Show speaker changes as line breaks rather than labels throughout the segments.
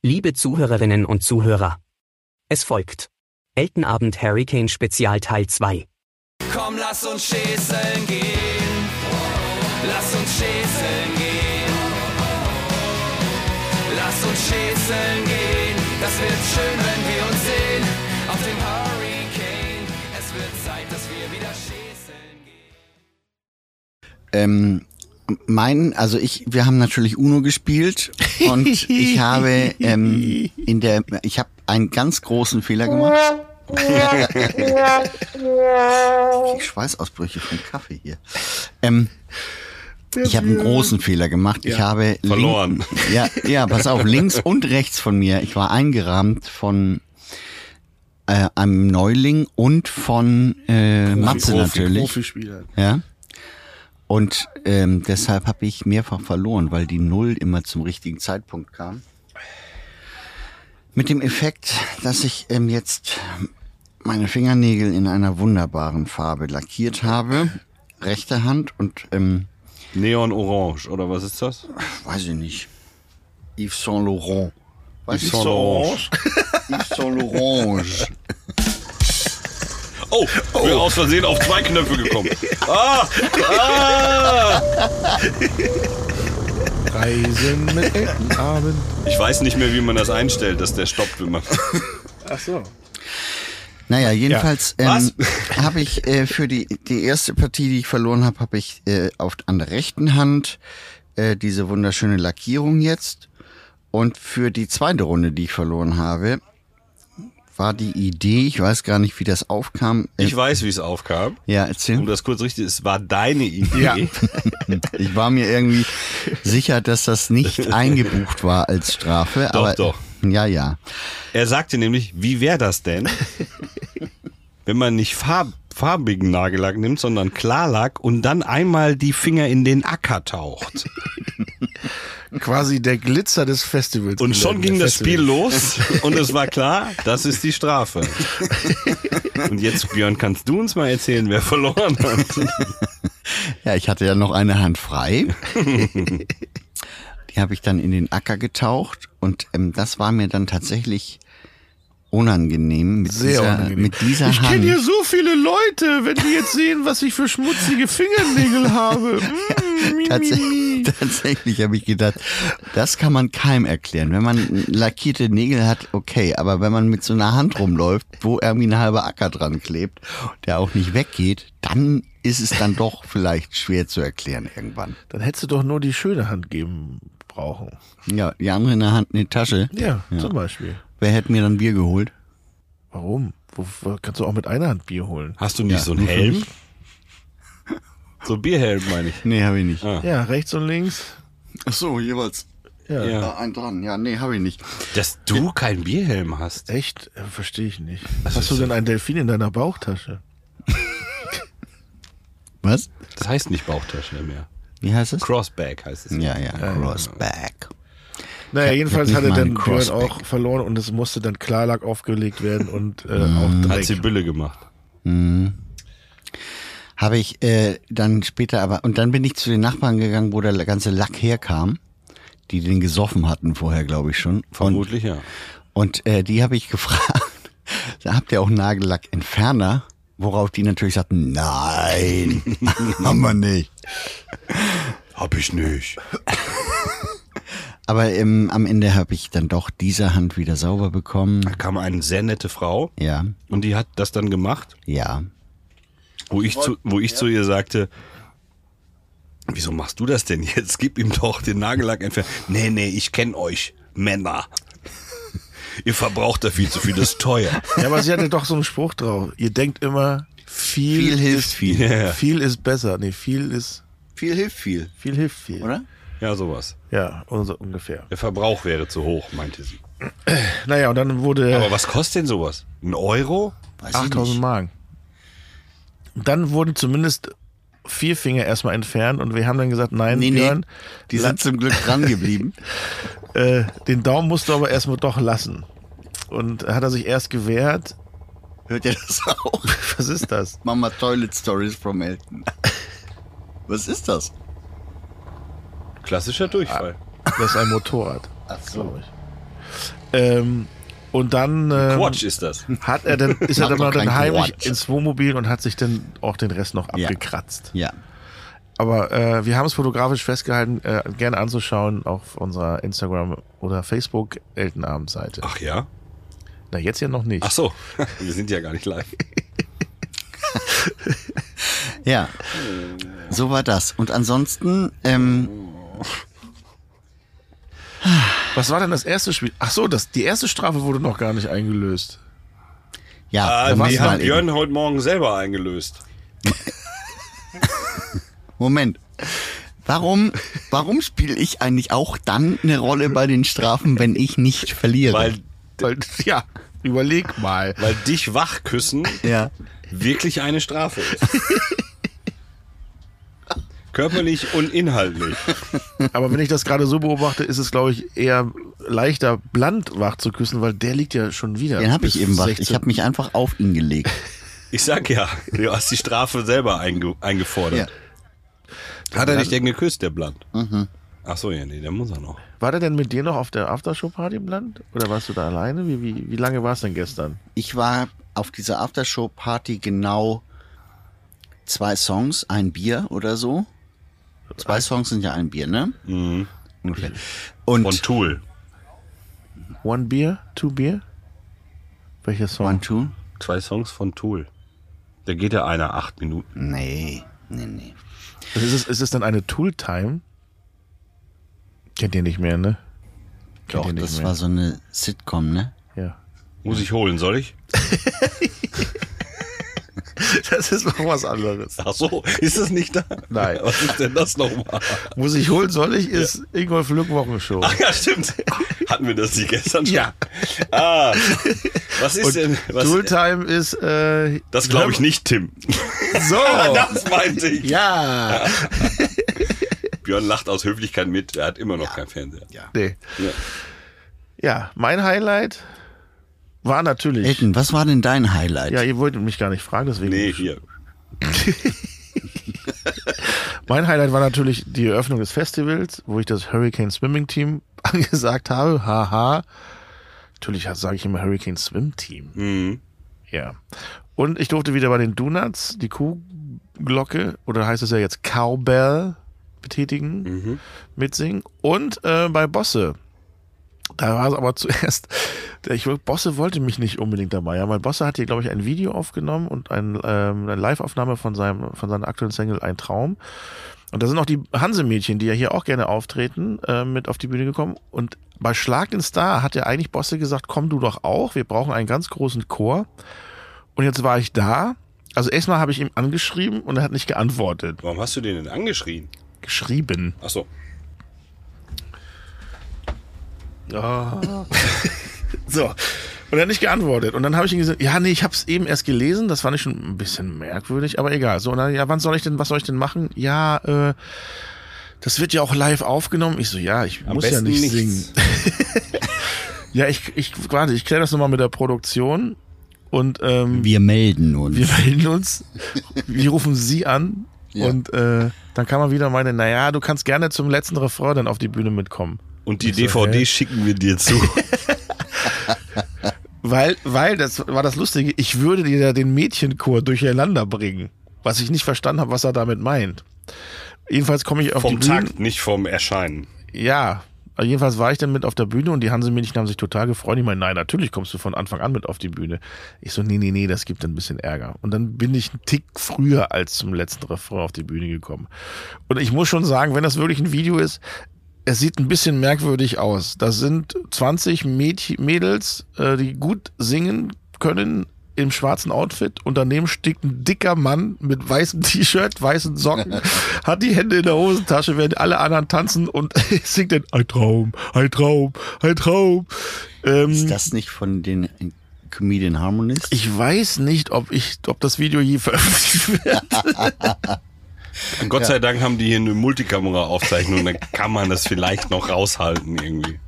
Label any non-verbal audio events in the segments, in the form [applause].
Liebe Zuhörerinnen und Zuhörer, es folgt Eltenabend Hurricane Spezial Teil 2.
Komm, lass uns schäseln gehen. Lass uns schäseln gehen. Lass uns schäseln gehen. Das wird schön, wenn wir uns sehen. Auf dem Hurricane. Es wird Zeit, dass wir wieder schäseln gehen.
Ähm, mein, also ich, wir haben natürlich Uno gespielt und ich habe ähm, in der, ich habe einen ganz großen Fehler gemacht. Ich krieg Schweißausbrüche vom Kaffee hier. Ähm, ich habe einen großen Fehler gemacht. Ich habe link-
Verloren.
Ja, ja, pass auf, links und rechts von mir. Ich war eingerahmt von äh, einem Neuling und von äh, Matze
Profi,
natürlich.
Profispieler.
Ja. Und ähm, deshalb habe ich mehrfach verloren, weil die Null immer zum richtigen Zeitpunkt kam. Mit dem Effekt, dass ich ähm, jetzt meine Fingernägel in einer wunderbaren Farbe lackiert habe. Rechte Hand und, ähm,
Neon Orange, oder was ist das?
weiß ich nicht, Yves Saint Laurent. Weiß
Yves
ich
Saint
so?
Orange.
Yves Saint Laurent.
Oh, bin aus Versehen auf zwei Knöpfe gekommen. Ah,
Reisen mit Eltenabend.
ich weiß nicht mehr, wie man das einstellt, dass der stoppt, wenn man.
Ach so.
Naja, jedenfalls ähm, [laughs]
Was?
habe ich äh, für die, die erste Partie, die ich verloren habe, habe ich äh, auf, an der rechten Hand äh, diese wunderschöne Lackierung jetzt. Und für die zweite Runde, die ich verloren habe, war die Idee, ich weiß gar nicht, wie das aufkam. Äh,
Ich weiß, wie es aufkam.
ja,
Um
erzähl.
das kurz richtig, es war deine Idee.
Ja.
[laughs] Ich war mir
[laughs]
irgendwie sicher, dass das nicht eingebucht war als Strafe.
Doch,
aber, äh,
doch.
Ja, ja.
Er sagte nämlich, wie wäre das denn, wenn man nicht farb, farbigen Nagellack nimmt, sondern Klarlack und dann einmal die Finger in den Acker taucht.
Quasi der Glitzer des Festivals.
Und schon ging das Spiel los [laughs] und es war klar, das ist die [laughs] Strafe. Und jetzt, Björn, kannst du uns mal erzählen, wer verloren hat?
Ja, ich hatte ja noch eine Hand
[laughs]
frei. Die habe ich dann in den Acker getaucht und ähm, das war mir dann tatsächlich unangenehm mit
Sehr
dieser,
unangenehm.
Mit dieser
Ich
Hand. [laughs]
kenne hier so viele Leute, wenn die jetzt sehen, was ich für schmutzige Fingernägel habe.
[laughs]
Mm, mi, mi, mi.
Tatsächlich, tatsächlich habe ich gedacht, das kann man keinem erklären. Wenn man lackierte Nägel hat, okay, aber wenn man mit so einer Hand rumläuft, wo irgendwie ein halber Acker dran klebt, der auch nicht weggeht, dann ist es dann doch vielleicht schwer zu erklären irgendwann.
Dann hättest du doch nur die schöne Hand geben brauchen.
Ja, die andere in der Hand, eine Tasche.
Ja, zum Beispiel.
Wer hätte mir dann Bier geholt?
Warum? Wo, wo, kannst du auch mit einer Hand Bier holen?
Hast du nicht so einen Helm? [laughs] So Bierhelm, meine ich.
Nee, habe ich nicht.
Ah.
Ja, rechts und links.
Ach so, jeweils.
Ja.
Ja.
Ah, ein dran. Ja, nee, habe ich nicht.
Dass du keinen Bierhelm hast.
Echt? Äh, Verstehe ich nicht. Hast du denn einen Delfin in deiner Bauchtasche?
Was?
Das heißt nicht Bauchtasche mehr.
Wie heißt es?
Crossback heißt es.
ja, ja, Crossback.
Naja, jedenfalls
nicht
hatte
mal
dann
einen
Björn
Crossback.
auch verloren und es musste dann Klarlack aufgelegt werden und äh,
Ah.
auch
Hat sie
Dreck.
Bülle gemacht.
Habe ich äh, dann später aber, und dann bin ich zu den Nachbarn gegangen, wo der ganze Lack herkam, die den gesoffen hatten vorher, glaube ich schon. Und,
Vermutlich, ja.
und äh, die habe ich [laughs] gefragt, da habt ihr auch Nagellackentferner? Worauf die natürlich sagten, nein, [laughs] haben wir nicht.
Hab ich nicht.
Aber ähm, am Ende habe ich dann doch diese Hand wieder sauber bekommen.
Da kam eine sehr nette Frau
Ja,
und die hat das dann gemacht,
ja.
wo ich, zu, wo ich zu ihr sagte, wieso machst du das denn jetzt? Gib ihm doch den Nagellack entfernt. Nee, nee, ich kenne euch, Männer. Ihr verbraucht da viel zu viel, das ist teuer.
Ja, aber sie hatte doch so einen Spruch drauf. Ihr denkt immer, viel,
Viel hilft
ist,
viel.
Ja.
Viel ist besser. Nee, viel ist,
Viel hilft viel,
viel hilft viel.
oder?
Ja, sowas.
Ja, und so ungefähr.
Der Verbrauch wäre zu hoch, meinte sie.
Naja, und dann wurde
Aber was kostet denn sowas? Ein Euro?
Weiß
8000 Mark. Und Dann wurden zumindest vier Finger erstmal entfernt und wir haben dann gesagt, nein,
Nee, nee.
Björn,
Die sind zum Glück dran geblieben.
äh, den Daumen musst du aber erstmal doch lassen. Und hat er sich erst gewehrt.
[laughs]
[laughs]
Hört ihr das auch?
Was ist das?
Mama Toilet Stories from Elton. Was ist das?
Klassischer Durchfall.
Das ist ein Motorrad.
Ach
glaube ich. Ähm, und dann ähm,
Quatsch ist das.
hat er dann,
[laughs]
ist er
Mach
dann,
doch
mal dann
keinen
heimlich
Quatsch.
ins Wohnmobil und hat sich dann auch den Rest noch
Ja.
abgekratzt.
Ja.
Aber äh, wir haben es fotografisch festgehalten, äh, gerne anzuschauen auf unserer Instagram- oder Facebook-Eltenabendseite.
Ach ja?
Na, jetzt ja noch nicht.
Ach so. Wir sind ja gar nicht live.
Ja. So war das. Und ansonsten, ähm,
Was war denn das erste Spiel? Ach so, das, die erste Strafe wurde noch gar nicht eingelöst.
ja,
Ah,
da war's
die hat
mal eben.
Björn heute Morgen selber eingelöst.
Moment. Warum, warum spiele ich eigentlich auch dann eine Rolle bei den Strafen, wenn ich nicht verliere?
Weil,
Weil, [laughs] ja, überleg mal.
weil dich wach küssen
ja.
wirklich eine Strafe ist. Körperlich und inhaltlich.
Aber wenn ich das gerade so beobachte, ist es, glaube ich, eher leichter, Bland wach zu küssen, weil der liegt ja schon wieder.
Den habe ich
bis
eben wach.
16.
Ich habe mich einfach auf ihn gelegt.
Ich sag ja, du hast die Strafe selber einge eingefordert. Hat er dich denn geküsst, der Blatt? Ach so, ja, nee, der muss er noch.
War der denn mit dir noch auf der Aftershow-Party im Land? Oder warst du da alleine? Wie, wie, wie lange war es denn gestern?
Ich war auf dieser Aftershow-Party genau zwei Songs, ein Bier oder so. Zwei Songs sind ja ein Bier, ne? Mhm. Ungefähr.
Von
Und
Tool.
One Beer? Two Beer? Welcher Song?
One, Two?
Zwei Songs von Tool. Da geht ja einer acht Minuten.
Nee, nee, nee.
Das Ist es, ist es dann eine Tool-Time? Kennt ihr nicht mehr, ne? Kennt
Doch,
ihr nicht
das
mehr.
war so eine Sitcom, ne?
ja.
Muss ich holen, soll ich?
Das ist noch was anderes.
Ach so, ist das nicht da?
Nein.
Was ist denn das nochmal?
Muss ich holen, soll ich? Ist Ingolf Lück Wochenshow.
Ach ja, stimmt. Hatten wir das nicht gestern schon? Ah, was ist denn? Was,
Tool-Time ist. Äh,
das glaube ich nicht, Tim.
So!
Ah, Das meinte ich.
Oh. ja!
Björn lacht aus Höflichkeit mit. Er hat immer noch keinen Fernseher.
Nee.
Ja.
Ja, mein Highlight war natürlich.
Elton, was war denn dein Highlight?
Ja, ihr wolltet mich gar nicht fragen, deswegen.
Nee, hier.
Mein Highlight war natürlich die Eröffnung des Festivals, wo ich das Hurricane Swimming Team [laughs] angesagt habe. Haha. Natürlich sage ich immer Hurricane Swim Team. Ja. Und ich durfte wieder bei den Donuts die Kuhglocke, oder heißt es ja jetzt Cowbell, betätigen, mitsingen. Und äh, bei Bosse. Da war es aber [laughs] zuerst, der, ich, Bosse wollte mich nicht unbedingt dabei haben, weil Bosse hat hier, glaube ich, ein Video aufgenommen und ein, ähm, eine Live-Aufnahme von, seinem, von seiner aktuellen Single Ein Traum. Und da sind auch die Hanse-Mädchen, die ja hier auch gerne auftreten, äh, mit auf die Bühne gekommen. Und bei Schlag den Star hat ja eigentlich Bosse gesagt, komm du doch auch, wir brauchen einen ganz großen Chor. Und jetzt war ich da. Also erstmal habe ich ihm angeschrieben und er hat nicht geantwortet.
Warum hast du den denn angeschrien?
Geschrieben.
Ach so.
[laughs] So. Und er hat nicht geantwortet. Und dann habe ich ihm gesagt, ja, nee, ich habe es eben erst gelesen. Das fand ich schon ein bisschen merkwürdig, aber egal. So, und dann, ja, wann soll ich denn, was soll ich denn machen? Ja, äh, das wird ja auch live aufgenommen. Ich so, ja, ich
Am
muss ja
besten
nicht
nichts.
singen. Ja, ich, ich warte, ich kläre das nochmal mit der Produktion und ähm,
Wir melden uns.
wir melden uns. Wir rufen sie an
Ja.
und äh, dann kann man wieder meinen, naja, du kannst gerne zum letzten Refrain dann auf die Bühne mitkommen.
Und die
so,
DVD
hä?
schicken wir dir
[laughs]
zu.
Weil, weil, das war das Lustige, ich würde dir da den Mädchenchor durcheinander bringen. Was ich nicht verstanden habe, was er damit meint. Jedenfalls komme ich auf die
vom
Bühne.
Takt, nicht vom Erscheinen.
Ja. Also jedenfalls war ich dann mit auf der Bühne und die Hansemädchen haben sich total gefreut. Ich meine, nein, natürlich kommst du von Anfang an mit auf die Bühne. Ich so, nee, nee, nee, das gibt ein bisschen Ärger. Und dann bin ich einen Tick früher als zum letzten Refrain auf die Bühne gekommen. Und ich muss schon sagen, wenn das wirklich ein Video ist, es sieht ein bisschen merkwürdig aus. Das sind 20 Mädch Mädels, äh, die gut singen können im schwarzen Outfit und daneben steht ein dicker Mann mit weißem T-Shirt,
[laughs]
weißen Socken, hat die Hände in der Hosentasche, während alle anderen tanzen und [laughs] singt dann ein Traum, ein Traum, ein Traum. Ähm,
Ist das nicht von den äh, Comedian Harmonists?
[laughs]
ich weiß nicht, ob ich, ob das Video je veröffentlicht wird.
Gott sei Dank haben die hier eine Multikamera-Aufzeichnung, dann kann man das vielleicht noch raushalten irgendwie.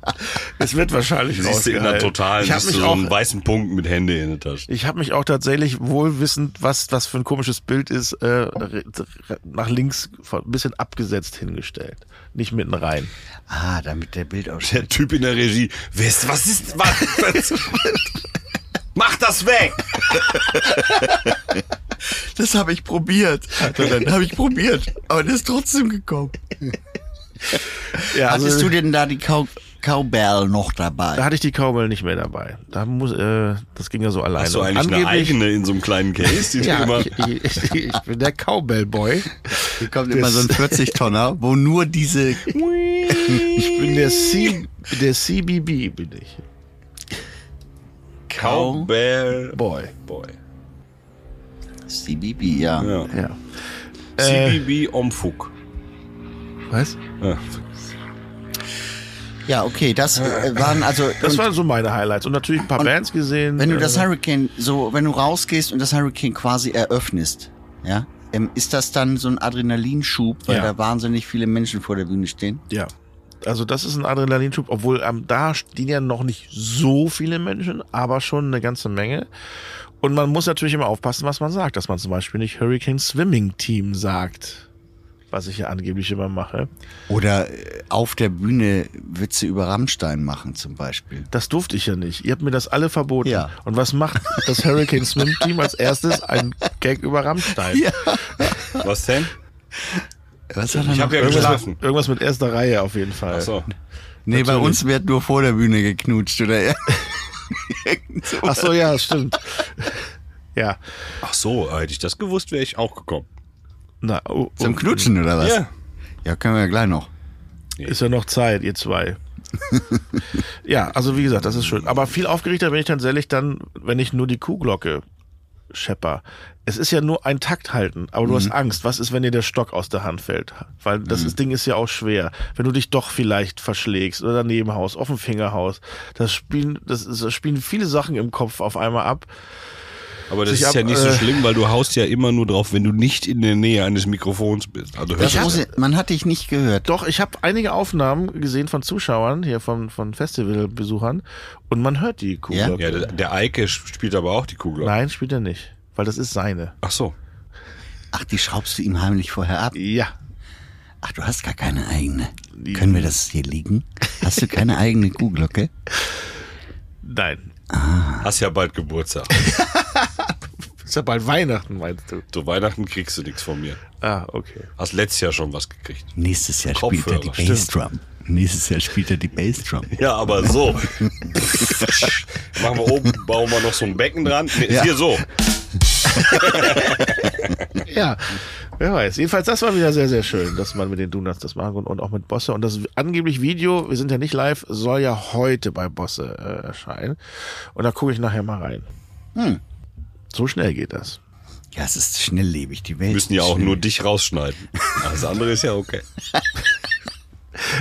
Es wird wahrscheinlich
Siehst du in der
rausgehalten.
totalen,
Ich habe
siehst du
mich
so einen
auch,
weißen Punkt mit Hände in der Tasche.
ich habe mich auch tatsächlich wohlwissend, was das für ein komisches Bild ist, äh, re- re- nach links von- ein bisschen abgesetzt hingestellt, nicht mitten rein.
Ah, damit der Bildausschnitt.
Der Typ in der Regie, was, was ist, was, was, [laughs] mach das weg!
Das habe ich probiert. Dann habe ich probiert. Aber das ist trotzdem gekommen.
Ja,
Hattest du denn da die Cow Cowbell noch dabei?
Also, da hatte ich die Cowbell nicht mehr dabei. Da muss, äh, das ging ja so alleine.
Hast du
Und
eigentlich eine
angeblich-
eigene in so einem kleinen Case, die du
Ja,
immer,
ich, ich, ich, ich bin der Cowbell-Boy.
Hier kommt immer so ein 40-Tonner, wo nur diese.
Ich bin der, C, der CBB, bin ich.
Cowbell
Boy.
Boy.
CBB, ja.
Ja.
Ja. Äh,
CBB Omfug.
was?
Ja.
Ja, okay, das äh, waren also.
Das
und
waren so meine Highlights. Und natürlich ein paar Bands gesehen.
wenn du
äh,
das Hurricane so, wenn du rausgehst und das Hurricane quasi eröffnest, ja, ähm, ist das dann so ein Adrenalinschub, weil
Ja.
da wahnsinnig viele Menschen vor der Bühne stehen?
Ja. Also das ist ein Adrenalinschub, obwohl ähm, da stehen ja noch nicht so viele Menschen, aber schon eine ganze Menge. Und man muss natürlich immer aufpassen, was man sagt, dass man zum Beispiel nicht Hurricane Swimming Team sagt, was ich ja angeblich immer mache.
Oder äh, auf der Bühne Witze über Rammstein machen zum Beispiel.
Das durfte ich ja nicht. Ihr habt mir das alle verboten.
Ja.
Und was macht das Hurricane Swim Team als erstes? Ein Gag über Rammstein. Ja.
Was denn?
Was hat er
Ich
noch?
habe ja
Irgendwas,
geschlafen.
mit, irgendwas mit erster Reihe auf jeden Fall.
Achso.
Nee, bei
Natürlich.
uns wird nur vor der Bühne geknutscht, oder? [laughs] Irgend so.
Ach so, ja, das stimmt. ja.
Ach so, hätte ich das gewusst, wäre ich auch gekommen.
Na, oh, oh.
Zum Knutschen, oder was?
Ja.
Ja, können wir ja gleich noch.
Ist ja noch Zeit,
[laughs]
ihr zwei. ja, also wie gesagt, das ist schön. Aber viel aufgeregter bin ich tatsächlich dann, wenn ich nur die Kuhglocke schepper. Es ist ja nur ein Takt halten, aber du
Mhm.
hast Angst. Was ist, wenn dir der Stock aus der Hand fällt? Weil das ist- Ding ist ja auch schwer. Wenn du dich doch vielleicht verschlägst oder daneben haust, auf dem Finger haust. Das spielen, das, ist, das spielen viele Sachen im Kopf auf einmal ab.
Aber das
Ich
ist
hab,
ja nicht so
äh,
schlimm, weil du haust ja immer nur drauf, wenn du nicht in der Nähe eines Mikrofons bist. Also hörst
Das
du
muss, ich- man hat dich nicht gehört.
Doch, ich habe einige Aufnahmen gesehen von Zuschauern, hier von, von Festivalbesuchern und man hört die Kuhglocke.
Ja, der, der Eike spielt aber auch die Kugel.
Nein, spielt er nicht, weil das ist seine.
Ach so.
Ach, die schraubst du ihm heimlich vorher ab.
Ja.
Ach, du hast gar keine eigene. Können wir das hier liegen? Hast du keine eigene Kuhglocke?
Nein.
Hast ja bald Geburtstag. [laughs]
Ist ja bald Weihnachten, meinst du?
Zu Weihnachten kriegst du nichts von mir.
Ah, okay.
Hast letztes Jahr schon was gekriegt.
Nächstes Jahr spielt er
Kopfhörer,
die Bassdrum. Nächstes Jahr spielt er die Bassdrum.
Ja, aber so. [laughs] Machen wir oben, bauen wir noch so ein Becken dran. Nee,
Ja.
Hier so.
Ja, wer weiß. Jedenfalls, das war wieder sehr, sehr schön, dass man mit den Donuts das machen konnte und auch mit Bosse. Und das angeblich Video, wir sind ja nicht live, soll ja heute bei Bosse äh, erscheinen. Und da gucke ich nachher mal rein.
Hm.
So schnell geht das. [laughs]
Ja, es ist schnelllebig, die Welt.
Wir müssen
ist
ja auch nur
schnelllebig.
dich [laughs] rausschneiden. Alles andere ist ja okay.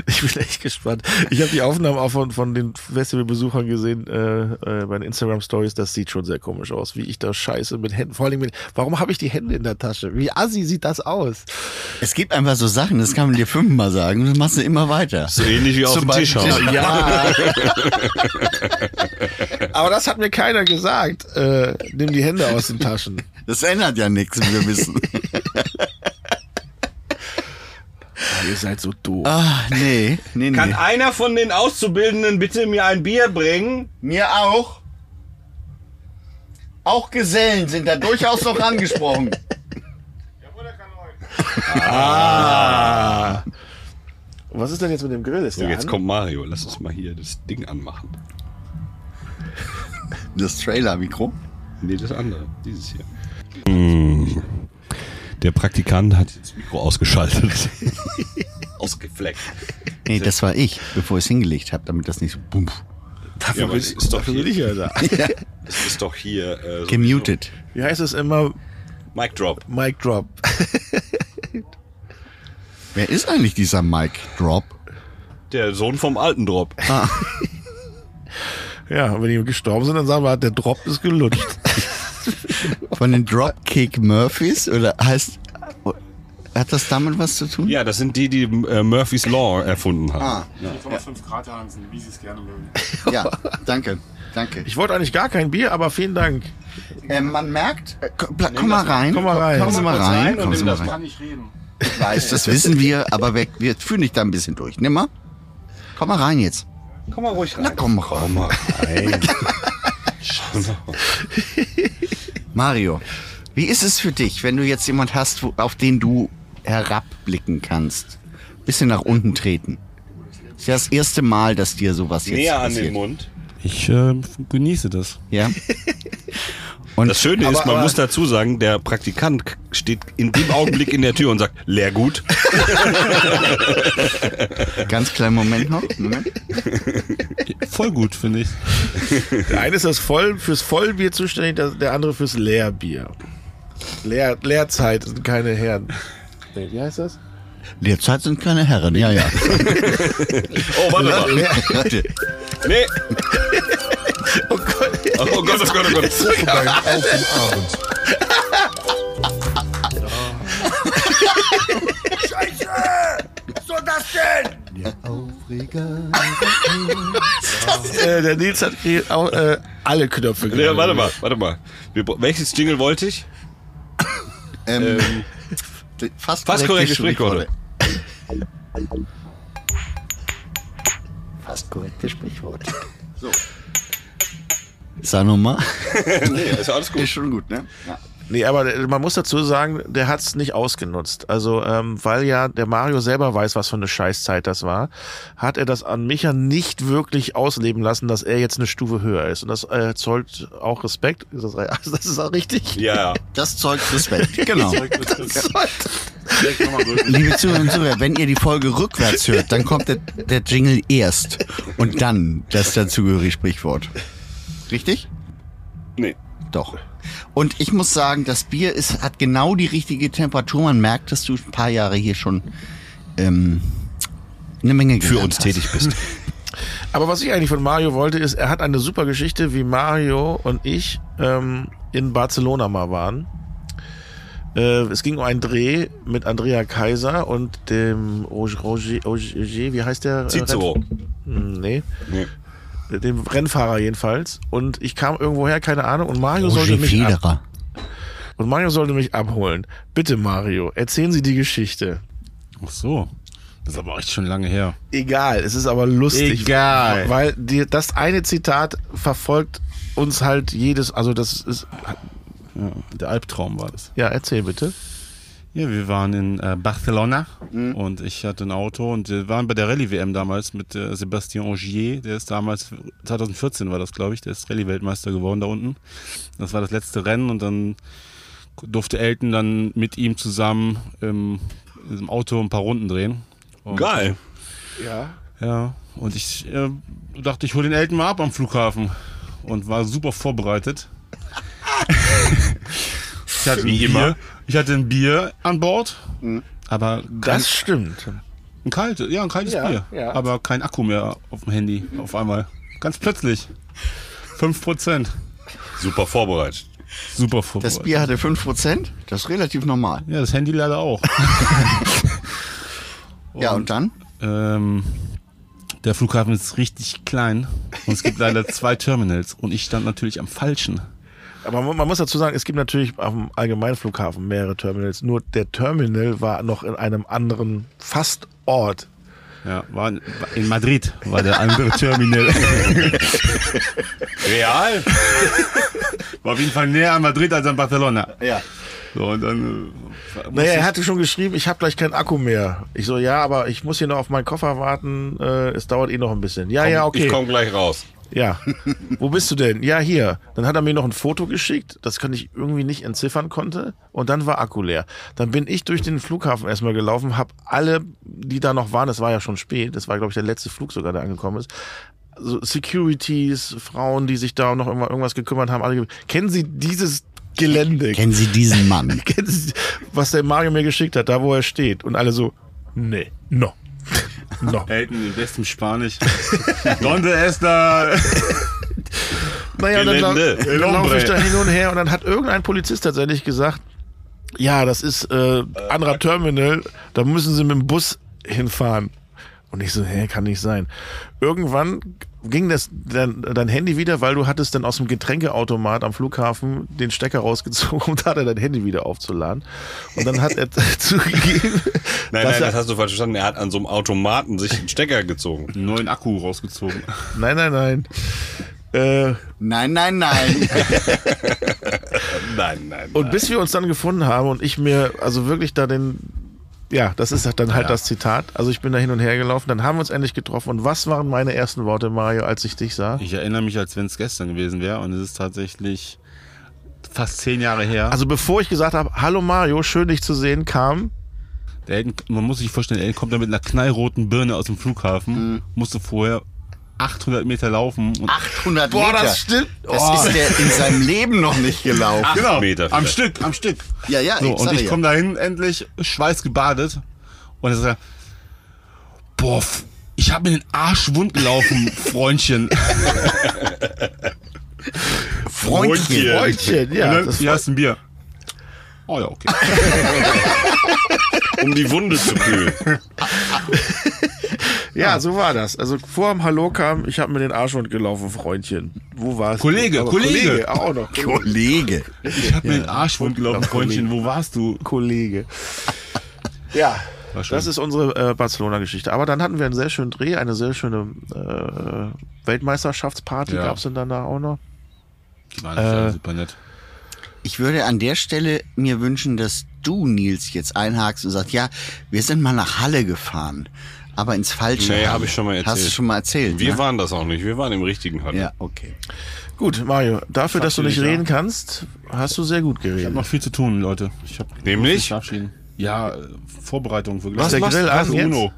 Ich bin echt gespannt. Ich habe die Aufnahmen auch von, von den Festivalbesuchern gesehen äh, äh, bei den Instagram Stories. Das sieht schon sehr komisch aus, wie ich da scheiße mit Händen. Vor allem mit, warum habe ich die Hände in der Tasche? Wie assi sieht das aus?
Es gibt einfach so Sachen, das kann man dir fünfmal sagen, das machst du immer weiter.
So ähnlich wie auf
Zum
dem Tisch
Beispiel-
hauen.
[laughs] Ja. Aber das hat mir keiner gesagt. Äh, nimm die Hände aus den Taschen.
Das ändert ja nichts, wie wir [laughs] wissen.
ihr seid so doof.
Ah, nee, nee, nee.
einer von den Auszubildenden bitte mir ein Bier bringen?
Mir auch. Auch Gesellen sind da durchaus noch angesprochen.
Was ist denn jetzt mit dem Grill? Ist
So,
der
jetzt
an?
kommt Mario. Lass uns mal hier das Ding anmachen.
Das Trailer-Mikro?
Nee, das andere. Dieses hier. Hm. Der Praktikant hat das Mikro ausgeschaltet. [laughs] Ausgefleckt.
Nee, das war ich, bevor ich es hingelegt habe, damit das nicht so [laughs] bumpf.
Dafür ja, aber es ist doch
Dafür bin
hier.
ich ja da.
Es ist doch hier. Äh, so-
Gemutet.
Wie heißt es immer?
Mic Drop.
Mic Drop.
Wer ist eigentlich dieser Mike Drop?
Der Sohn vom alten Drop.
Ja, und wenn die gestorben sind, dann sagen wir, der Drop ist gelutscht.
Von den Dropkick Murphys? Oder heißt. Hat das damit was zu tun?
Ja, das sind die, die äh, Murphy's Law erfunden haben.
Ah,
4,5 Grad Hansen, wie sie es gerne mögen.
ja, danke. Danke.
Ich wollte eigentlich gar kein Bier, aber vielen Dank.
Äh, man merkt, äh, komm, bleib- komm mal rein.
komm mal rein.
Kommen Sie mal
Komm mal kurz rein
rein.
und
Kommen Sie
nimm
mal
das
Ich
rein.
kann nicht reden.
Ich weiß, das wissen wir, aber wir, wir fühlen dich da ein bisschen durch. Nimm mal. Komm mal rein jetzt.
Komm mal ruhig rein.
Na komm mal rein.
Komm mal rein. [laughs]
Mario, wie ist es für dich, wenn du jetzt jemand hast, wo- auf den du herabblicken kannst? Bisschen nach unten treten. Ist ja das erste Mal, dass dir sowas jetzt
Näher an
passiert.
den Mund.
Ich äh, genieße das.
[laughs]
Ja. Und
Das Schöne ist,
Aber-
man
aber-
muss dazu sagen, der Praktikant k- steht in dem Augenblick in der Tür und sagt, Leergut.
ganz kleinen Moment noch. Moment.
Voll gut, finde ich.
Der eine ist das Voll, fürs Vollbier zuständig, der, der andere fürs Leerbier. Leer, Leerzeit sind keine Herren. Nee, wie heißt das?
Leerzeit sind keine Herren. Ja,
[laughs]
ja.
Oh, warte mal.
Leute,
Nee. [laughs] Oh Gott, oh Gott, oh Gott. Oh Gott.
Äh, der Nils hat hier auch, äh, alle Knöpfe
Nee,
gedrückt.
warte mal, warte mal. Wir, bra- welches Jingle wollte ich?
ähm, fast,
Fast korrekte
korrekte
Sprichworte.
Fast korrekte Sprichworte. So. Sag nochmal.
Nee, ist alles
Ist schon gut, ne? Ja.
Nee, aber der- man muss dazu sagen, der hat's nicht ausgenutzt. Also, ähm, weil ja der Mario selber weiß, was für eine Scheißzeit das war, hat er das an Micha nicht wirklich ausleben lassen, dass er jetzt eine Stufe höher ist. Und das äh, zollt auch Respekt. Ist das, also das ist auch richtig.
Ja,
Das zeugt
[laughs]
Respekt. Genau.
Vielleicht nochmal drücken.
Liebe Zuhörerinnen und Zuhörer, wenn ihr die Folge rückwärts hört, dann kommt der, der Jingle erst und dann das dazugehörige Sprichwort. Richtig?
Nee.
Doch. Und ich muss sagen, das Bier ist, hat genau die richtige Temperatur. Man merkt, dass du ein paar Jahre hier schon ähm, eine Menge
für
gelernt
uns
hast.
tätig [laughs] bist.
Aber was ich eigentlich von Mario wollte, ist, er hat eine super Geschichte, wie Mario und ich ähm, in Barcelona mal waren. Äh, es ging um einen Dreh mit Andrea Kaiser und dem Roger, Roger, Roger wie heißt der? äh,
Cicero.
Renn- hm, Nee.
Nee.
Dem Rennfahrer jedenfalls. Und ich kam irgendwo her, keine Ahnung, und Mario
Roger
sollte mich ab
Federer.
und Mario sollte mich abholen. Bitte, Mario, erzählen Sie die Geschichte.
Ach so. Das ist aber echt schon lange her.
Egal, es ist aber lustig.
Egal.
Weil die, das eine Zitat verfolgt uns halt jedes, also das ist,
Ja, der Albtraum war das.
ja, erzähl bitte.
Ja, wir waren in äh, Barcelona
Mhm.
und ich hatte ein Auto und wir waren bei der Rallye-WM damals mit äh, Sebastian Ogier. Der ist damals, 2014 war das, glaube ich, der ist Rallye-Weltmeister geworden da unten. Das war das letzte Rennen und dann durfte Elton dann mit ihm zusammen im, im Auto ein paar Runden drehen. Und,
Geil.
Ja.
Ja, und ich äh, dachte, ich hole den Elton mal ab am Flughafen und war super vorbereitet. ich, hatte ein
Wie
Bier,
immer.
ich hatte ein Bier an Bord, aber kein,
Das stimmt.
ein kaltes, ja, ein kaltes
Ja,
Bier,
ja.
aber kein Akku mehr auf dem Handy auf einmal. Ganz plötzlich. 5%.
Super vorbereitet.
Super vorbereitet.
Das Bier hatte 5%. Das ist relativ normal.
Ja, das Handy leider auch.
ja, und dann?
Ähm, der Flughafen ist richtig klein und es gibt leider zwei Terminals und ich stand natürlich am falschen.
Aber man, man muss dazu sagen, es gibt natürlich am Allgemeinflughafen mehrere Terminals. Nur der Terminal war noch in einem anderen fast Ort.
Ja, war in, in Madrid war der [laughs] andere Terminal.
Real?
War auf jeden Fall näher an Madrid als an Barcelona.
Ja.
So, und dann. Äh,
Naja, er hatte schon geschrieben, ich habe gleich keinen Akku mehr. Ich so, ja, aber ich muss hier noch auf meinen Koffer warten. Äh, es dauert eh noch ein bisschen. Ja, ja, okay.
Ich komme gleich raus.
Ja. [laughs] Wo bist du denn? Ja, hier. Dann hat er mir noch ein Foto geschickt, das kann ich irgendwie nicht entziffern konnte. Und dann war Akku leer. Dann bin ich durch den Flughafen erstmal gelaufen, habe alle, die da noch waren, es war ja schon spät, das war, glaube ich, der letzte Flug sogar, der angekommen ist. So Securities, Frauen, die sich da noch immer irgendwas gekümmert haben, alle. ge- Kennen Sie dieses Gelände?
Kennen Sie diesen Mann?
Kennen Sie, was der Mario mir geschickt hat, da wo er steht? Und alle so, nee, no. No.
äh, Elton im besten Spanisch. [laughs] Donde esta?
Naja, dann lau-
Gelände.
dann laufe ich
Hombre.
da hin und her und dann hat irgendein Polizist tatsächlich gesagt, Ja, das ist äh, anderer Terminal. Da müssen sie mit dem Bus hinfahren. Und ich so, hä, kann nicht sein. Irgendwann ging das dein, dein Handy wieder, weil du hattest dann aus dem Getränkeautomat am Flughafen den Stecker rausgezogen, [laughs] um da dann dein Handy wieder aufzuladen. Und dann hat er [laughs] zugegeben,
Nein, nein,
dass er,
das hast du falsch verstanden. Er hat an so einem Automaten sich einen Stecker gezogen.
Einen neuen Akku rausgezogen.
nein, nein, nein. Äh,
[laughs] Nein, nein, nein.
Nein, nein.
Und bis wir uns dann gefunden haben und ich mir, also wirklich da den, ja, das ist dann halt das Zitat. Also ich bin da hin und her gelaufen, dann haben wir uns endlich getroffen. Und was waren meine ersten Worte, Mario, als ich dich sah?
Ich erinnere mich, als wenn es gestern gewesen wäre und es ist tatsächlich fast zehn Jahre her.
Also bevor ich gesagt habe, hallo Mario, schön dich zu sehen, kam,
Der Elton, man muss sich vorstellen, Elton kommt da mit einer knallroten Birne aus dem
Mhm.
Flughafen, musste vorher 800 Meter laufen und
800
Boah,
Meter.
das stimmt.
Das
Oh.
ist der in seinem Leben noch nicht gelaufen.
Acht
Genau,
Meter
am
vielleicht.
Stück, am Stück.
Ja, ja,
So,
ich
und
sage
ich
ja.
komme dahin endlich schweißgebadet und er sagt, boah, f- ich habe mir den Arsch
[laughs]
wund gelaufen, Freundchen.
Freundchen.
Freundchen, ja.
und dann,
Das,
hier hast du ein Bier. Oh ja, okay.
Um die Wunde zu kühlen.
ja, so war das. Also vor dem Hallo kam, ich habe mir den Arsch wund gelaufen, Freundchen. Wo warst
Kollege,
du? Aber
Kollege.
Auch noch. Kollege.
Kollege.
Ich habe mir den Arsch wund gelaufen, Freundchen, wo warst du?
Kollege. Ja,
War schön.
das ist unsere äh, Barcelona-Geschichte. Aber dann hatten wir einen sehr schönen Dreh, eine sehr schöne äh, Weltmeisterschaftsparty
Ja.
gab's denn dann da auch noch.
Die waren alle super nett.
Ich würde an der Stelle mir wünschen, dass du, Nils, jetzt einhakst und sagst, ja, wir sind mal nach Halle gefahren, aber ins Falsche.
Nee,
Halle.
hab ich schon mal
Hast du
erzählt.
schon mal erzählt,
Wir
ne?
waren das auch nicht. Wir waren im richtigen Handel.
Ja, okay.
Gut, Mario, dafür, dass du nicht
Natürlich,
reden kannst, hast du sehr gut
Ich habe
geredet.
noch viel zu tun, Leute. Ich hab,
Nämlich?
muss mich verabschieden. Ja, äh, Vorbereitung wirklich.
Was, Der was, Grill was, an jetzt?
Uno.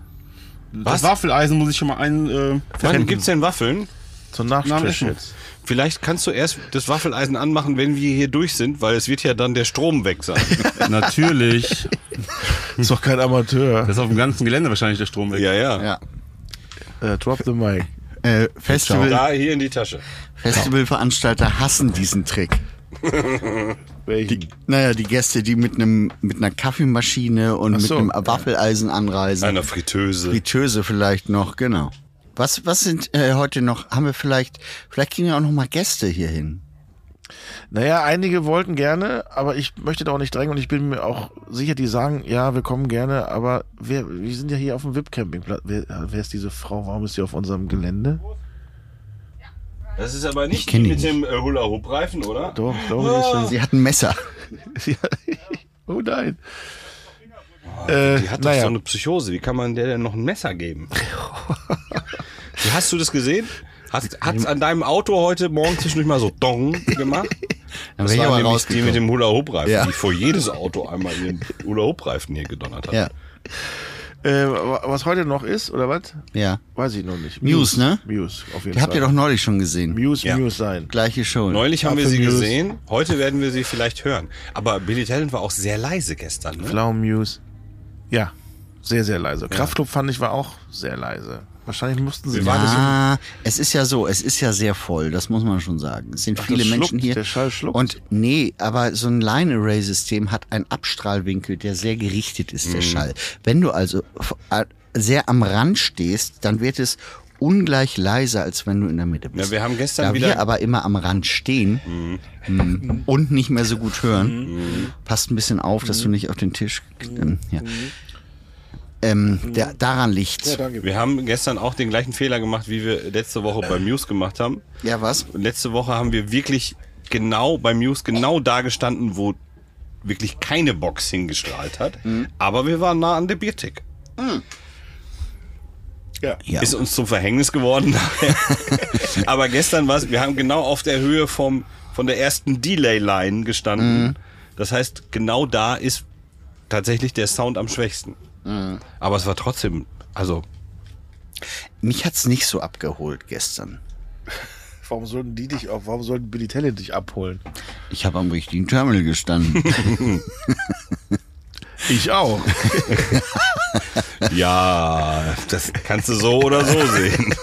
Das
Was?
Waffeleisen muss ich schon mal ein. Äh,
Wann gibt's denn Waffeln?
Zum
nach dem
Nachtisch
Essen.
jetzt.
Vielleicht kannst du erst das Waffeleisen anmachen, wenn wir hier durch sind, weil es wird ja dann der Strom weg sein.
Natürlich.
Ist doch kein Amateur.
Das ist auf dem ganzen Gelände wahrscheinlich der Strom weg.
ja, ja.
Ja.
Äh, drop the mic.
Äh, Festival,
Da hier in die Tasche.
Festivalveranstalter hassen diesen Trick.
Welchen?
Naja, die Gäste, die mit einem mit einer Kaffeemaschine und
so.
mit einem Waffeleisen anreisen.
Einer Fritteuse.
Fritteuse vielleicht noch, genau. Was, was sind äh, heute noch? Haben wir vielleicht, vielleicht kriegen wir auch noch mal Gäste hier hin.
Naja, einige wollten gerne, aber ich möchte da auch nicht drängen und ich bin mir auch sicher, die sagen, ja, wir kommen gerne, aber wir, wir sind ja hier auf dem VIP-Campingplatz. Wer, äh, wer ist diese Frau? Warum ist sie auf unserem Gelände?
Das ist aber nicht
kenn die
mit
nicht.
dem äh, Hula-Hoop-Reifen, oder?
Doch, ich glaube, die
[laughs]
ist das.
Also Sie hat ein Messer.
Ja. [laughs] Oh nein. Äh,
Die hat doch
naja,
so eine Psychose. Wie kann man der denn noch ein
[laughs]
Messer geben? Wie hast du das gesehen? Hat hat's an deinem Auto heute Morgen zwischendurch mal so Dong gemacht?
Dann
Das
wär ich
war
aber
nämlich die
rausgekommen.
mit dem Hula-Hoop-Reifen,
Ja.
die vor jedes Auto einmal ihren Hula-Hoop-Reifen hier gedonnert hat.
Ja,
äh, wa- was heute noch ist, oder was?
ja.
Weiß ich noch nicht.
Muse, ne?
Muse, auf jeden
Die habt ihr
Fall.
doch neulich schon gesehen.
Muse,
Ja.
Muse sein.
Gleiche Show. ne?
Neulich haben wir sie
Apfelmus.
gesehen, heute werden wir sie vielleicht hören. Aber Billy Talent war auch sehr leise gestern. Ne?
Pflaumen Muse. Ja, sehr, sehr leise. Kraftclub fand ich war auch sehr leise. Wahrscheinlich mussten sie
Wir waren
leise-
Ah, es ist ja so, es ist ja sehr voll, das muss man schon sagen. Es sind
Ach, das
viele
schluckt,
Menschen hier.
der Schall schluckt.
Und nee, aber so ein Line Array System hat einen Abstrahlwinkel, der sehr gerichtet ist, der Schall. Wenn du also f- a- sehr am Rand stehst, dann wird es ungleich leiser, als wenn du in der Mitte bist.
Ja, wir haben gestern
da wir
wieder-
aber immer am Rand stehen mh, und nicht mehr so gut hören, passt ein bisschen auf, dass du nicht auf den Tisch. Ähm, ja. ähm, der, daran liegt. Ja,
Wir haben gestern auch den gleichen Fehler gemacht, wie wir letzte Woche bei Muse gemacht haben.
ja was?
Und letzte Woche haben wir wirklich genau bei Muse genau da gestanden, wo wirklich keine Box hingestrahlt hat. Aber wir waren nah an der Biertick.
Ja.
Ist uns zum Verhängnis geworden. [laughs] Aber gestern war es, wir haben genau auf der Höhe vom, von der ersten Delay-Line gestanden. Das heißt, genau da ist tatsächlich der Sound am schwächsten. Aber es war trotzdem, also
Mich hat's nicht so abgeholt gestern.
Warum sollten die dich auch, warum sollten Billy Talent dich abholen?
Ich habe am richtigen Terminal [laughs] gestanden.
Ich auch.
ja, das kannst du so oder so sehen.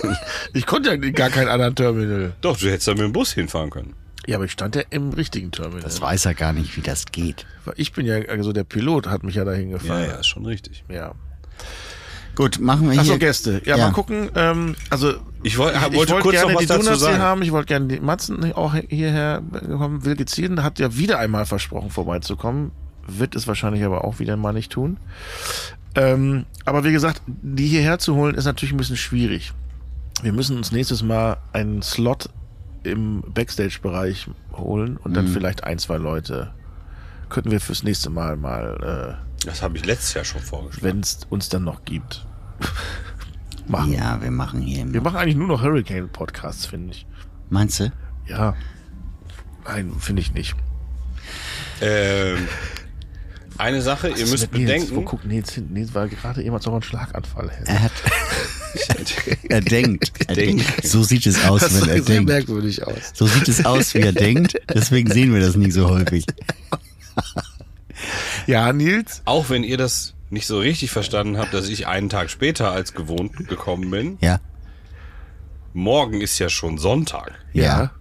Ich konnte ja gar keinen anderen Terminal.
Doch, du hättest da mit dem Bus hinfahren können.
Ja, aber ich stand ja im richtigen Terminal.
Das weiß er gar nicht, wie das geht.
Weil Ich bin ja, also der Pilot hat mich ja dahin gefahren.
ist schon richtig.
ja. ja.
Gut, machen wir
Achso,
hier.
Gäste. Ja,
Ja.
mal gucken. Ähm, also
Ich woll-
ich
wollte kurz
gerne
noch was
die
dazu
Donuts
sagen.
hier haben. Ich wollte gerne die Matzen auch hierher kommen. Wilke Zieden hat ja wieder einmal versprochen, vorbeizukommen. Wird es wahrscheinlich aber auch wieder mal nicht tun. Ähm, aber wie gesagt, die hierher zu holen, ist natürlich ein bisschen schwierig. Wir müssen uns nächstes Mal einen Slot im Backstage-Bereich holen und dann vielleicht ein, zwei Leute. Könnten wir fürs nächste Mal mal,
Das habe ich letztes Jahr schon
äh,
vorgeschlagen.
wenn es uns dann noch gibt, machen.
Ja, wir machen hier.
Wir
Immer.
machen eigentlich nur noch Hurricane-Podcasts, finde ich.
Meinst du?
Ja. Nein, finde ich nicht.
[laughs] Ähm, eine Sache, ihr müsst
Mit Nils, Wo
bedenken.
guckt Nils hin? Nils war gerade eben, als ob er einen Schlaganfall hätte.
Er hat. [laughs] er denkt. Er denkt. So sieht es aus, wenn er denkt.
merkwürdig aus.
So sieht es aus, wie er denkt. Deswegen sehen wir das nicht so häufig.
Ja, Nils.
[laughs] Auch wenn ihr das nicht so richtig verstanden habt, dass ich einen Tag später als gewohnt gekommen bin.
Ja.
Morgen ist ja schon Sonntag.
Ja.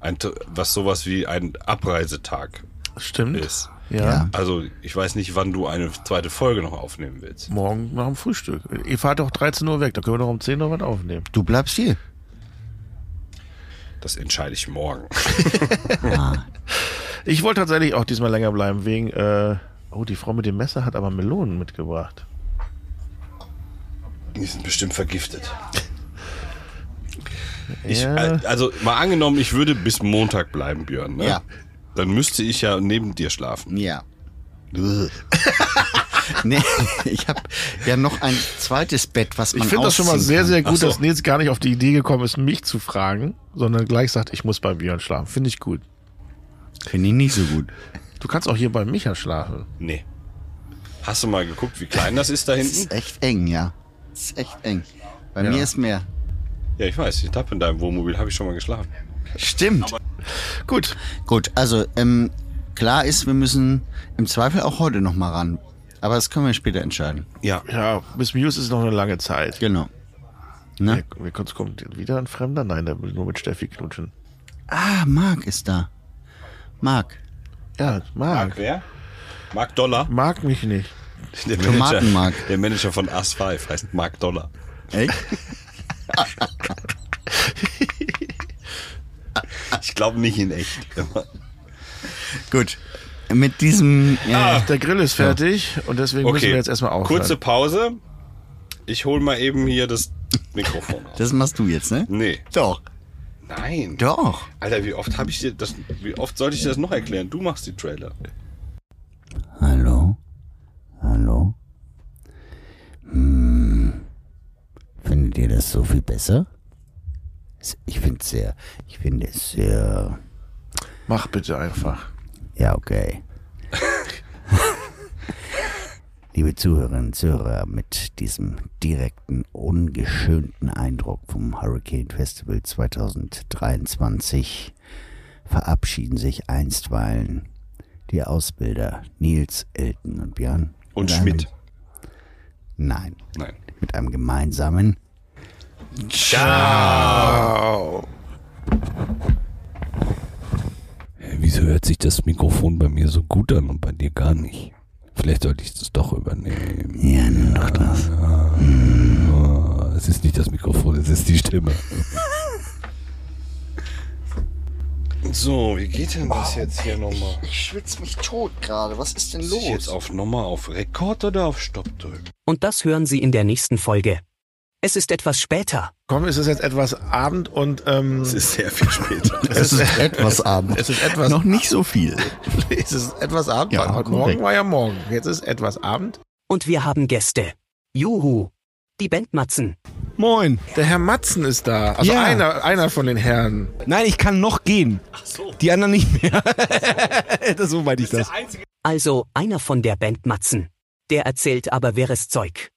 Ein, T- was sowas wie ein Abreisetag
Stimmt.
ist.
Ja.
Ja.
Also ich weiß nicht, wann du eine zweite Folge noch aufnehmen willst.
Morgen nach dem Frühstück. Ihr fahrt doch 13 Uhr weg, da können wir doch um 10 Uhr was aufnehmen.
Du bleibst hier.
Das entscheide ich morgen.
Ich wollte tatsächlich auch diesmal länger bleiben, wegen, äh, oh, die Frau mit dem Messer hat aber Melonen mitgebracht.
Die sind
[laughs]
bestimmt vergiftet. Ich,
Ja.
äh, also mal angenommen, ich würde bis Montag bleiben, Björn. Ne?
Ja.
Dann müsste ich ja neben dir schlafen.
Ja. [laughs] nee, ich habe ja noch ein zweites Bett, was man
Ich finde das schon mal
ausziehen
sehr,
kann.
sehr gut,
so.
dass Nils gar nicht auf die Idee gekommen ist, mich zu fragen, sondern gleich sagt, ich muss bei Björn schlafen. Finde ich gut.
Finde ich nicht so gut.
Du kannst auch hier bei Micha schlafen.
Nee. Hast du mal geguckt, wie klein das ist da
Es
hinten?
ist echt eng, ja. Es ist echt eng. Bei mir ist mehr.
Ja, ich weiß. Ich habe in deinem Wohnmobil habe ich schon mal geschlafen.
Stimmt.
Gut.
Gut, also ähm, klar ist, wir müssen im Zweifel auch heute noch mal ran. Aber das können wir später entscheiden.
Ja.
Ja, bis Muse ist noch eine lange Zeit.
Genau.
Ja, wir können- kommt wieder ein Fremder? Nein, der will nur mit Steffi knutschen.
Ah, Marc ist da. Marc.
Ja,
Mark
mag.
wer? Mark Dollar.
Mag mich nicht.
Der
Tomatenmark.
der Manager von AS5 heißt Mark Dollar.
Echt?
[laughs] Ich glaube nicht in
[laughs]
echt.
Gut. Mit diesem. Äh,
Der Grill ist fertig und deswegen müssen wir jetzt erstmal aufhören.
Kurze Pause. Ich hole mal eben hier das Mikrofon
[laughs]
aus.
Das machst du jetzt, ne?
Nee.
Doch.
Nein.
Doch.
Alter, wie oft habe ich dir das wie oft sollte ich dir das noch erklären? Du machst die Trailer.
Hallo? Hallo? Hm. Findet ihr das so viel besser? Es- Ich finde es sehr. Ich finde es sehr.
Mach bitte einfach.
Ja,
[laughs]
okay. Liebe Zuhörerinnen und Zuhörer, mit diesem direkten, ungeschönten Eindruck vom Hurricane Festival 2023 verabschieden sich einstweilen die Ausbilder Nils, Elton und Björn.
Und
Mit einem-
Schmidt.
Nein,
Nein.
mit einem gemeinsamen
Äh, Wieso hört sich das Mikrofon bei mir so gut an und bei dir gar nicht? Vielleicht sollte ich das doch übernehmen. Oh,
Ja, nimm doch das. Hm.
Es ist nicht das Mikrofon, es ist die Stimme.
So, wie geht denn das jetzt hier nochmal?
Ich schwitze mich tot gerade. Was ist denn
Muss ich jetzt auf nochmal auf Rekord oder auf Stopp drücken?
Und das hören Sie in der nächsten Folge. Es ist etwas später.
Komm, es ist jetzt etwas Abend und
[laughs]
ähm,
Es ist sehr viel [laughs] später.
Es ist etwas Abend.
[laughs] es ist etwas-
Noch nicht so viel.
[laughs] es ist etwas Abend.
Ja,
weil heute
korrekt.
Morgen war ja morgen. Jetzt ist etwas Abend.
Und wir haben Gäste. Juhu. Die Bandmatzen.
Moin.
Der Herr Matzen ist da. Also
Ja.
einer, einer von den Herren.
Nein, ich kann noch gehen. Die anderen nicht
[laughs]
mehr. das, so meinte ich das.
Also einer von der Bandmatzen. Der erzählt aber wahres Zeug.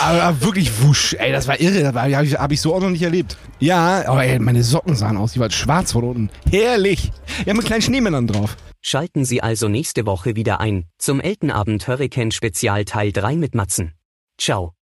Aber wirklich wusch. Ey, das war irre. Das war- hab ich, hab ich so auch noch nicht erlebt. Ja, aber ey, meine Socken sahen aus. Die waren schwarz von unten. Herrlich. Ja, mit kleinen Schneemännern drauf.
Schalten Sie also nächste Woche wieder ein zum Eltenabend Hurricane Spezial Teil 3 mit Matzen. Ciao.